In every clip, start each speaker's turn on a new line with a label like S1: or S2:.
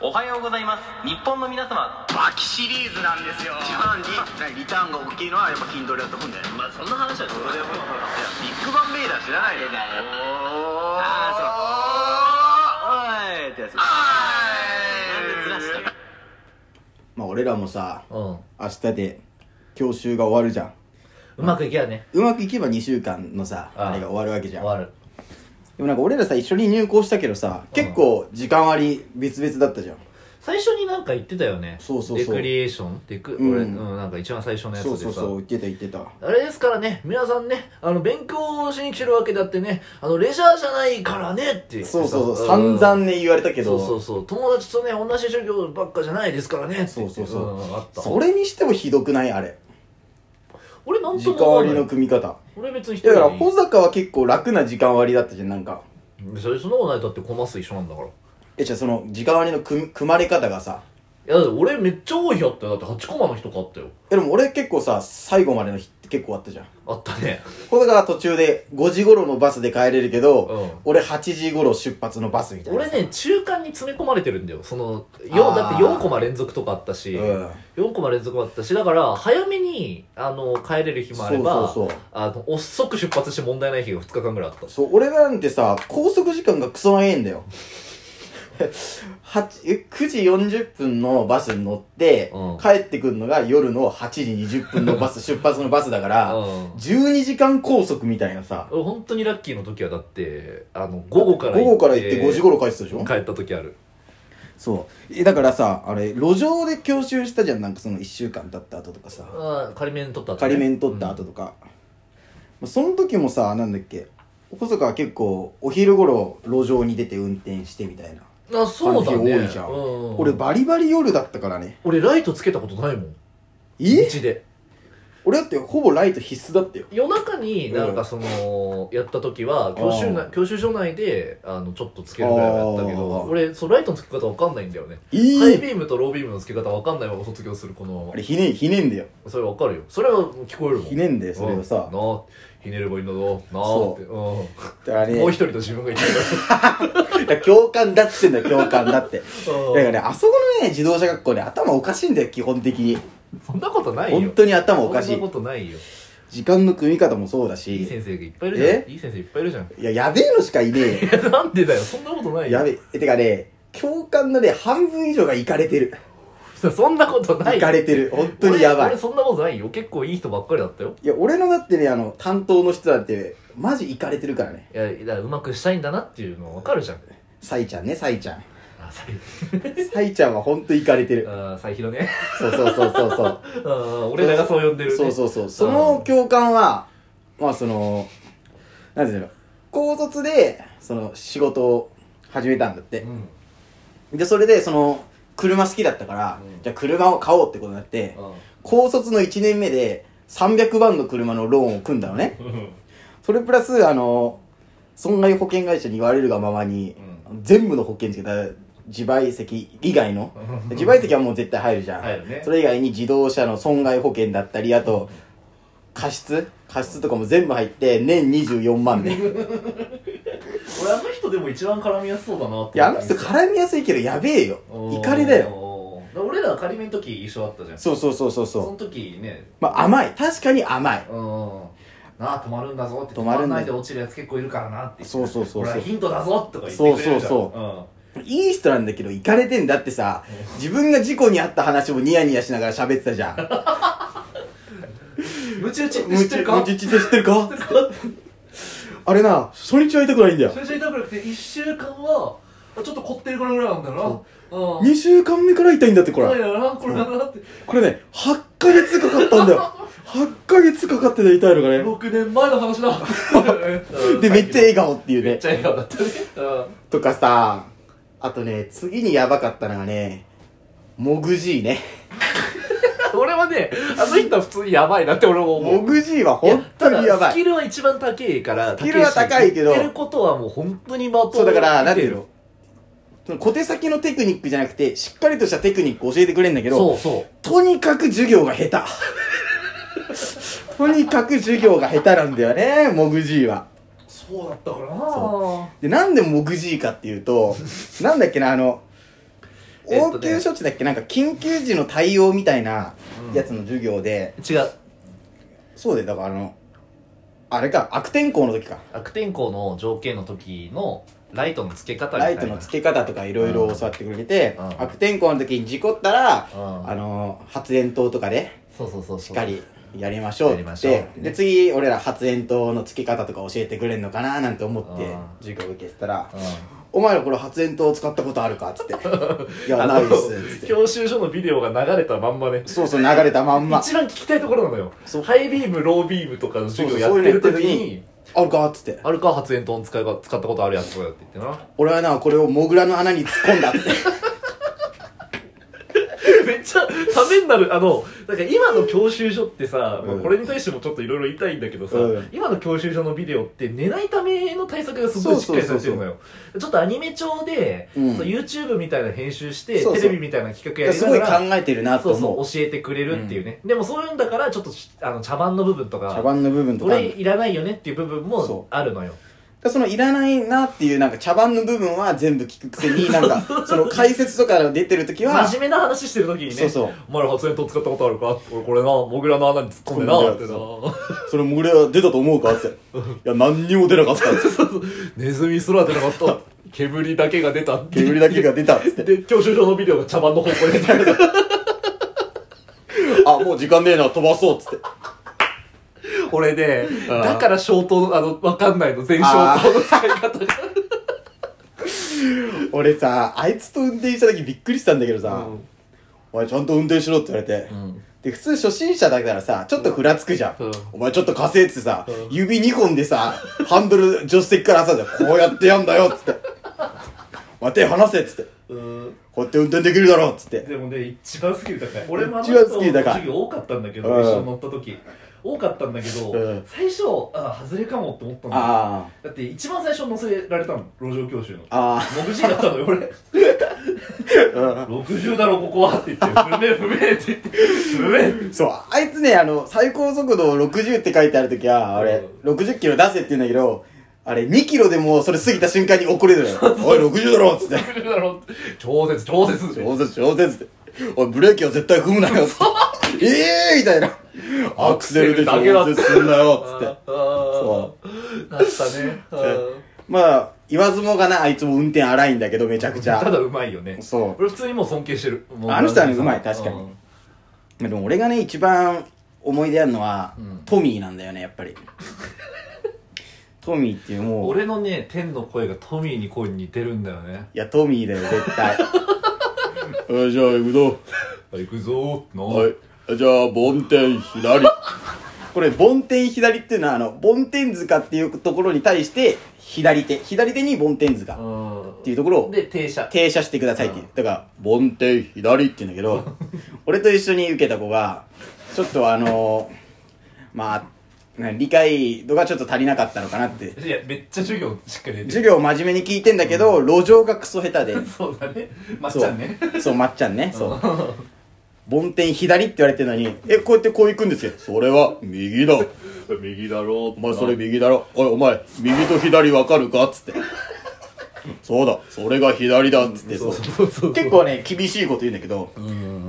S1: おはようございます日本の皆様
S2: バキシリーズなんですよ一番リリターンが大きいのはやっぱ筋トレだと思うんだよね
S1: まあそんな話はどうでもいい
S2: ビッグバンベイダー知らないよおー
S1: あーそうおーいってやつなんでずらした
S3: まあ俺らもさ
S4: うん
S3: 明日で教習が終わるじゃん
S4: うまくいけばね
S3: うまくいけば2週間のさ
S4: ああ
S3: あれが終わるわけじゃ
S4: 終
S3: ん
S4: わる
S3: でもなんか俺らさ一緒に入校したけどさ結構時間割別々だったじゃん
S4: 最初になんか言ってたよね
S3: そうそうそう
S4: レクリエーションデク、
S3: うん
S4: 俺、うん、なんか一番最初のやつ
S3: そ
S4: で
S3: うそう
S4: さ
S3: そう言ってた言ってた
S4: あれですからね、皆さんね、あの、勉強をしに来てるわけだってね、あの、レジャーじゃないからねって。
S3: そうそうそう散
S4: ん
S3: 々ね言われたけ
S4: そ
S3: ど
S4: うそうそう。友達とね、同じ授業ばっかじゃないですからねって
S3: そうそうそうん
S4: あった。
S3: それにしてもひどくないあれ
S4: 俺なん
S3: 時
S4: と
S3: 間
S4: も
S3: 割の
S4: 思わない。
S3: 組み方
S4: 俺別に一
S3: いや
S4: 人
S3: だから
S4: でい
S3: 保坂は結構楽な時間割だったじゃんなんか
S4: い。それ、そんなことない。だってコマ数一緒なんだから。い
S3: えじゃあその時間割の組み組まれ方がさ
S4: や、だって俺めっちゃ多い日あったよ。だって8コマの日とかあったよ。
S3: えでも俺結構さ最後までの日って結構あったじゃん
S4: あったね。
S3: 保坂は途中で5時頃のバスで帰れるけど、
S4: うん
S3: 俺8時頃出発のバスみたいな
S4: 俺ね、中間に詰め込まれてるんだよ。その、
S3: あ
S4: よ
S3: ー
S4: だって4コマ連続とかあったし、
S3: うん
S4: 4コマ連続だったし、だから、早めに、あの、帰れる日もあれば、
S3: そうそうそう
S4: あの、遅く出発して問題ない日が2日間ぐらいあった。
S3: そう俺なんてさ拘束時間がクソ長いんだよ 八え9時40分のバスに乗って、
S4: うん
S3: 帰ってくるのが夜の8時20分のバ ス出発のバスだから、
S4: うん
S3: 12時間拘束みたいなさ
S4: 俺本当にラッキーの時はだって、あの、午後から
S3: 午後から行って5時頃帰ってたでしょ
S4: 帰った時ある。
S3: そうえだからさあれ路上で教習したじゃんなんかその1週間経った後とかさ
S4: あー仮面取った後、
S3: 仮面取った後とか、まあその時もさなんだっけ細川は結構お昼頃路上に出て運転してみたいな
S4: うん。あ、そうだね。
S3: 感じ多いじゃん、
S4: ううん
S3: 俺バリバリ夜だったからね
S4: 俺ライトつけたことないもん。
S3: え
S4: 道で。
S3: 俺だってほぼライト必須だったよ
S4: 夜中になんかその、やった時は教習
S3: あ
S4: な
S3: ー
S4: 教習所内であのちょっとつけるぐらいはやったけ
S3: あー
S4: ど俺そうライトのつけ方わかんないんだよね
S3: え
S4: ハイ
S3: ー、
S4: ビームとロービームのつけ方わかんないまま卒業するこの
S3: あれひねひねんだよ
S4: それわかるよそれは聞こえるもん
S3: ひねんだよそれをさ
S4: うんなあひねればいいんだぞなあ
S3: そ
S4: っ
S3: う
S4: てうん
S3: だからね
S4: もう一人と自分が言 って
S3: いや共感だっつってんだよ共感だって
S4: る
S3: だ
S4: う
S3: か
S4: ん
S3: らねあそこのね自動車学校ね頭おかしいんだよ基本的に
S4: そんなことないよ
S3: 本当に頭おかし
S4: そん
S3: い
S4: なことないよ
S3: 時間の組み方もそうだ
S4: いい
S3: し
S4: 先生がいっぱいいるじゃ
S3: え
S4: んいい先生いっぱいいるじゃん
S3: いややべえのしかいねえよ
S4: いやなんでだよそんなことないよ
S3: やべえ、てかね、教官のね、半分以上がイカれてる。
S4: そんなことない
S3: イカれてる。本当にやばい
S4: 俺俺。そんなことないよ結構いい人ばっかりだったよ
S3: いや、俺のだってね、あの、担当の人だって、マジイカれてるからね。
S4: いやだからうまくしたいんだなっていうのわかるじゃん
S3: サイちゃんね、サイちゃん。
S4: あさ
S3: サイちゃんは本当イカれてる。
S4: あさひろね
S3: そうそうそうそうそう。
S4: あ俺らがそう呼んでるね
S3: そうそうそう。その教官は、まあその、なんていうの、高卒で、その、仕事を始めたんだって
S4: う。ん
S3: で、それで、その、車好きだったから、
S4: うん
S3: じゃあ車を買おうってことになって、高卒の1年目で300万の車のローンを組んだのね
S4: うん
S3: それプラスあの損害保険会社に言われるがままに、全部の保険付けた自賠責以外の
S4: うん
S3: 自賠責はもう絶対入るじゃん、
S4: 入るね
S3: それ以外に自動車の損害保険だったりあと過失過失とかも全部入って年24万でい
S4: 俺あの人でも一番絡みやすそうだなと
S3: やあの人絡みやすいけどやべえよ怒りだよ
S4: よ俺ら仮面の時一緒だったじゃん
S3: そうそうそうそう
S4: その
S3: そう
S4: 時ね
S3: まあ甘い確かに甘い
S4: うんなあ止まるんだぞって
S3: 止まるんだ
S4: んないで落ちるやつ結構いるからなって
S3: そうそうそうそう
S4: 俺はヒントだぞとか言ってくれるじゃん
S3: そうそういい人なんだけど、イカれてんだってさ、自分が事故に遭った話もニヤニヤしながら喋ってたじゃん。
S4: うんムチ打ちって
S3: む ち
S4: 知ってるか
S3: むち打ちって知ってるか
S4: 知ってるか
S3: あれな、初日は痛くないんだよ。
S4: 最初痛くなくて1週間はあちょっと凝ってるからぐらいなんだよなうん
S3: 2週間目から痛いんだって、こ
S4: そう
S3: れ。
S4: やなこれだなって
S3: これね、8ヶ月かかったんだよ。8ヶ月かかってて痛いのがね。
S4: 6年前の話だ
S3: で、めっちゃ
S4: ゃ
S3: 笑顔っていう
S4: めっ
S3: ね
S4: ち。ゃ笑顔だったね
S3: とかさ、あとね、次にやばかったのがね、モグジーね。
S4: うん俺はねあの人は普通にやばいなって俺も思う
S3: モグジーは本当にや
S4: ただ
S3: ば
S4: ス
S3: い。
S4: キルは一番高いから
S3: スキルは高いけど
S4: 言ってることはもう本当にまと
S3: そうだから、なんていう
S4: る
S3: のその小手先のテクニックじゃなくて、しっかりとしたテクニックを教えてくれんだけど、
S4: そうそ
S3: とにかく授業が下手。 とにかく授業が下手なんだよね、モグジーは。
S4: うそうだったからな
S3: そで、なんでモグジーかっていうと、なんだっけな、あの、
S4: えっとね
S3: 応急処置だっけなんか緊急時の対応みたいなやつの授業で、
S4: 違う
S3: そうでだからあのあれか悪天候の時か
S4: 悪天候の条件の時のライトの付け方みた
S3: ラ
S4: い
S3: イ
S4: な
S3: トの付け方とかいろいろ教わってくれて、
S4: うん
S3: 悪天候の時に事故ったら、
S4: うん
S3: あの発煙筒とかで
S4: そうそうそうそう
S3: しっかりやりましょうって
S4: やりましょうってね
S3: で次俺ら発煙筒の付け方とか教えてくれんのかななんて思って
S4: うん
S3: 授業受けてたら
S4: うん
S3: 「お前らこれ発煙筒使ったことあるか?」っつって「いや
S4: あの
S3: ないっす」っつって
S4: 教習所のビデオが流れたまんまね
S3: そうそう流れたまんま
S4: 一番聞きたいところなのよ
S3: そう
S4: ハイビームロービームとかの授業や
S3: そ
S4: っ
S3: うそう
S4: てる時
S3: そういうのやって
S4: に
S3: 「あるか?」っつって
S4: あるか発煙筒の使い方使ったことあるやつとかって言ってな
S3: 「俺はなこれをモグラの穴に突っ込んだ」っつって
S4: めっちゃためになるあのなんか今の教習所ってさ、
S3: うん
S4: まあこれに対してもちょっといろいろ言いたいんだけどさ、
S3: うん
S4: 今の教習所のビデオって寝ないための対策がすごいしっかりされてるのよちょっとアニメ調で、
S3: うん
S4: そう YouTube みたいな編集して
S3: そうそう
S4: テレビみたいな企画やり
S3: す
S4: な
S3: ご
S4: が
S3: い考
S4: ら
S3: えてるなと
S4: そう
S3: 思う
S4: そう教えてくれるっていうね、でもそういうんだからちょっとしあの茶番の部分と
S3: 茶
S4: か
S3: 番の部分と
S4: こ
S3: か
S4: れいらないよねっていう部分も
S3: そ
S4: あるのよ
S3: でそのいらないなっていうなんか茶番の部分は全部聞くくせに なんかその解説とか出てる時は
S4: 真面目な話してる時にね
S3: そうそう
S4: お前ら発煙筒使ったことあるか俺これなモグラの穴に突っ込んでなってな
S3: それ俺は出たと思うかって。いや、何にも出なかったっつ って。
S4: ネズミすら出なかった。煙だけが出たっていう。
S3: 煙だけが出たっつって。
S4: で、教習所のビデオが茶番の方向に出た。
S3: あ、もう時間ねえな、飛ばそうっつって。
S4: 俺ね、
S3: ああ
S4: だから消灯、あの、わかんないの、全消灯の使い方が。
S3: 俺さ、あいつと運転した時びっくりしたんだけどさ、
S4: うん
S3: お前ちゃんと運転しろって言われて。
S4: ん
S3: で、普通初心者だからさ、ちょっとふらつくじゃん。
S4: うん
S3: お前ちょっと稼いってさ、
S4: うん
S3: 指2本でさ、ハンドル助手席からさ、こうやってやんだよっ つって。お前手離せっつって。こうやって運転できるだろっつって。
S4: でもね、一番好きだから俺もあの
S3: 一番好き
S4: 人
S3: だから
S4: 授業多かったんだけど、
S3: うん
S4: 一緒に乗った時。多かったんだけど、
S3: うん
S4: 最初、あ、外れかもって思ったんだよ。
S3: あ
S4: だって一番最初乗せられたの、路上教習の
S3: あ、。あ
S4: 目次だったのよ、俺。
S3: あ。
S4: 60だろ、ここはって言って、不明、不明って言って、不明
S3: そう、あいつね、あの、最高速度60って書いてあるときは、あれ、60キロ出せって言うんだけど、あれ、2キロでもそれ過ぎた瞬間に怒れるのよ。おい、60だろっつって。
S4: 60だろ、超絶、超絶って。
S3: 小説、小説って。おい、ブレーキは絶対踏むなよっつって。ええーみたいな。アクセルで調節すんなよっつって。
S4: そ。
S3: そう
S4: なった ね。うん
S3: まあ、言わずもがな、あいつも運転荒いんだけど、めちゃくち
S4: た
S3: ゃ。
S4: だうまいよね。
S3: そう。
S4: 俺普通にもう尊敬してる。も
S3: あの人はねうまい確かにでも俺がね一番思い出あるのは、
S4: うん
S3: トミーなんだよねやっぱりトミーっていうもうい
S4: 俺のね、天の声がトミーに声に似てるんだよね。
S3: やトミーだよ絶対あじゃあ行くぞ
S4: 行くぞーの。
S3: はいあじゃあ梵天左これ梵天左っていうのはあの梵天塚っていうところに対して左手左手に梵天塚っ
S4: うん
S3: ていうところを
S4: で、停車。
S3: 停車してくださいって言うだから「梵天左」って言うんだけ ど俺と一緒に受けた子がちょっとあのまあな理解度がちょっと足りなかったのかなって
S4: いや、めっちゃ授業しっかりやってる
S3: 授業を真面目に聞いてんだけど、路上がクソ下手で
S4: そうだね。まっちゃんね。
S3: そうまっちゃんね そう梵天左って言われてるのに「えこうやってこう行くんですよ」「それは右だ」
S4: 右だろ
S3: お前それ右だろおいお前右と左分かるかっつってそうだそれが左だっつって
S4: そう
S3: そう
S4: そうそう。
S3: 結構ね厳しいこと言うんだけど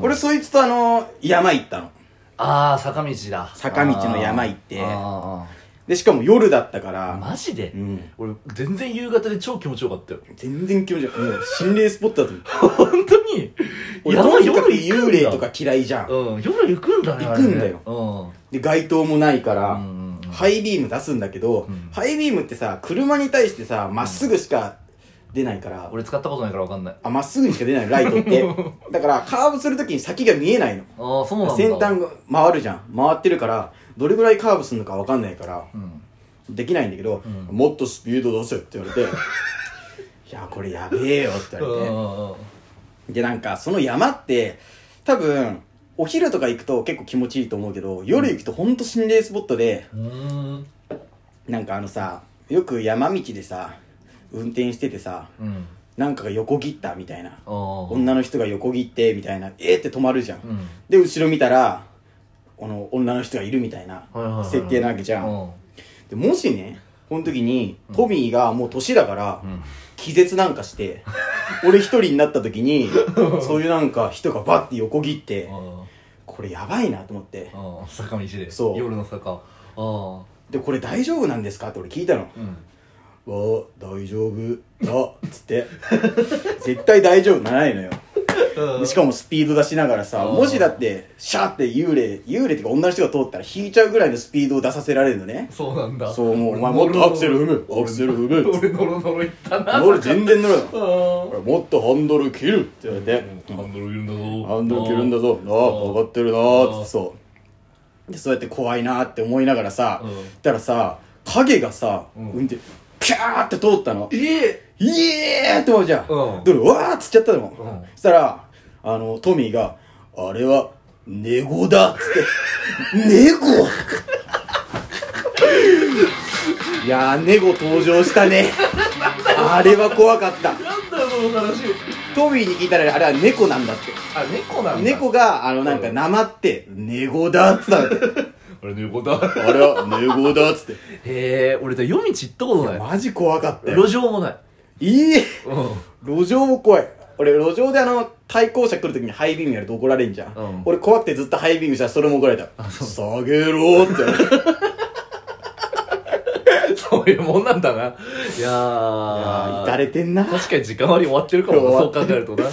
S3: 俺そいつとあの山行ったの
S4: あー、坂道だ。
S3: 坂道の山行って
S4: あーあ
S3: でしかも夜だったか
S4: ー
S3: ら
S4: マジで
S3: うん
S4: 俺、全然夕方で超気持ちよかったよ。
S3: 全然気持ちよくない心霊スポッ トだと思う
S4: 本当に
S3: 俺とにかく
S4: 行く
S3: 幽
S4: んだ
S3: 霊とか嫌いじゃん
S4: うん夜行くんだね
S3: 行くんだよ
S4: よ
S3: で街灯もないから、
S4: うんうんうん
S3: ハイビーム出すんだけど、
S4: ん
S3: ハイビームってさ車に対してさまっすぐしか出ないから、
S4: 俺使ったことないから分かんない
S3: あまっすぐにしか出ないのライトって だからカーブするときに先が見えないの
S4: ああそうなんだ
S3: 先端が回るじゃん回ってるからどれぐらいカーブするのか分かんないから、
S4: うん
S3: できないんだけど、
S4: うん
S3: もっとスピード出せって言われて いやこれやべえよって
S4: う
S3: 言われて、
S4: ん
S3: でなんかその山って多分お昼とか行くと結構気持ちいいと思うけど夜行くとほんと心霊スポットで
S4: うん
S3: なんかあのさよく山道でさ運転しててさ
S4: うん
S3: なんかが横切ったみたいな
S4: ああ
S3: 女の人が横切ってみたいなえーって止まるじゃん、
S4: うん
S3: で後ろ見たらこの女の人がいるみたいな
S4: はいはいはい
S3: 設定なわけじゃん、
S4: うん
S3: でもしねこの時にトミーがもう年だから、
S4: ん
S3: 昨気絶なんか して、俺一人になった時に、そういうなんか人がバッて横切って、これやばいなと思って、
S4: ああ坂道で
S3: そう
S4: 夜の坂ああ
S3: で、これ大丈夫なんですかって俺聞いたの。
S4: うん
S3: わあ、大丈夫だ、つって。絶対大丈夫ならないのよ。でしかもスピード出しながらさ、
S4: うん
S3: もしだって、シャーって幽霊、幽霊っていうか女の人が通ったら引いちゃうぐらいのスピードを出させられるのね。
S4: そうなんだ
S3: そう思う
S4: 俺
S3: お前もっとアクセル踏むアクセル踏む
S4: 俺ノロノロいったな
S3: 俺全然乗る
S4: あ
S3: の。
S4: ー
S3: もっとハンドル切るって言われて、
S4: ハンドルいるんだぞ
S3: ハンドル切るんだぞなあ
S4: うん
S3: 分かってるなあってそうでそうやって怖いなって思いながらさ、
S4: うん
S3: たらさ影がさ、
S4: うん
S3: 運転ピャーって通ったの
S4: ええ
S3: イエーって思うじゃん、
S4: うん
S3: で俺わーっつっちゃったの、
S4: ん
S3: そしたらあのトミーが「あれは猫だ」っつって「猫」 いやー猫登場した ねあれは怖かった
S4: なんだよその話
S3: トミーに聞いたらあれは猫なんだって
S4: あ猫なんだ
S3: 猫があのなんかなまって「猫だ」っつったの
S4: 俺猫だ
S3: あれは猫だ」っつって
S4: へえ俺だ夜道行ったことない
S3: マジ怖かったよ
S4: 路上もない
S3: いい
S4: うん
S3: 路上も怖い俺路上であの対向車来るときにハイビームやると怒られんじゃん、
S4: うん
S3: 俺怖くてずっとハイビームしたらそれも怒られた下げろって言われたい
S4: そういうもんなんだないや
S3: や
S4: ー
S3: ーいたれてんな
S4: 確かに時間割り終わってるかもなそう考えるとな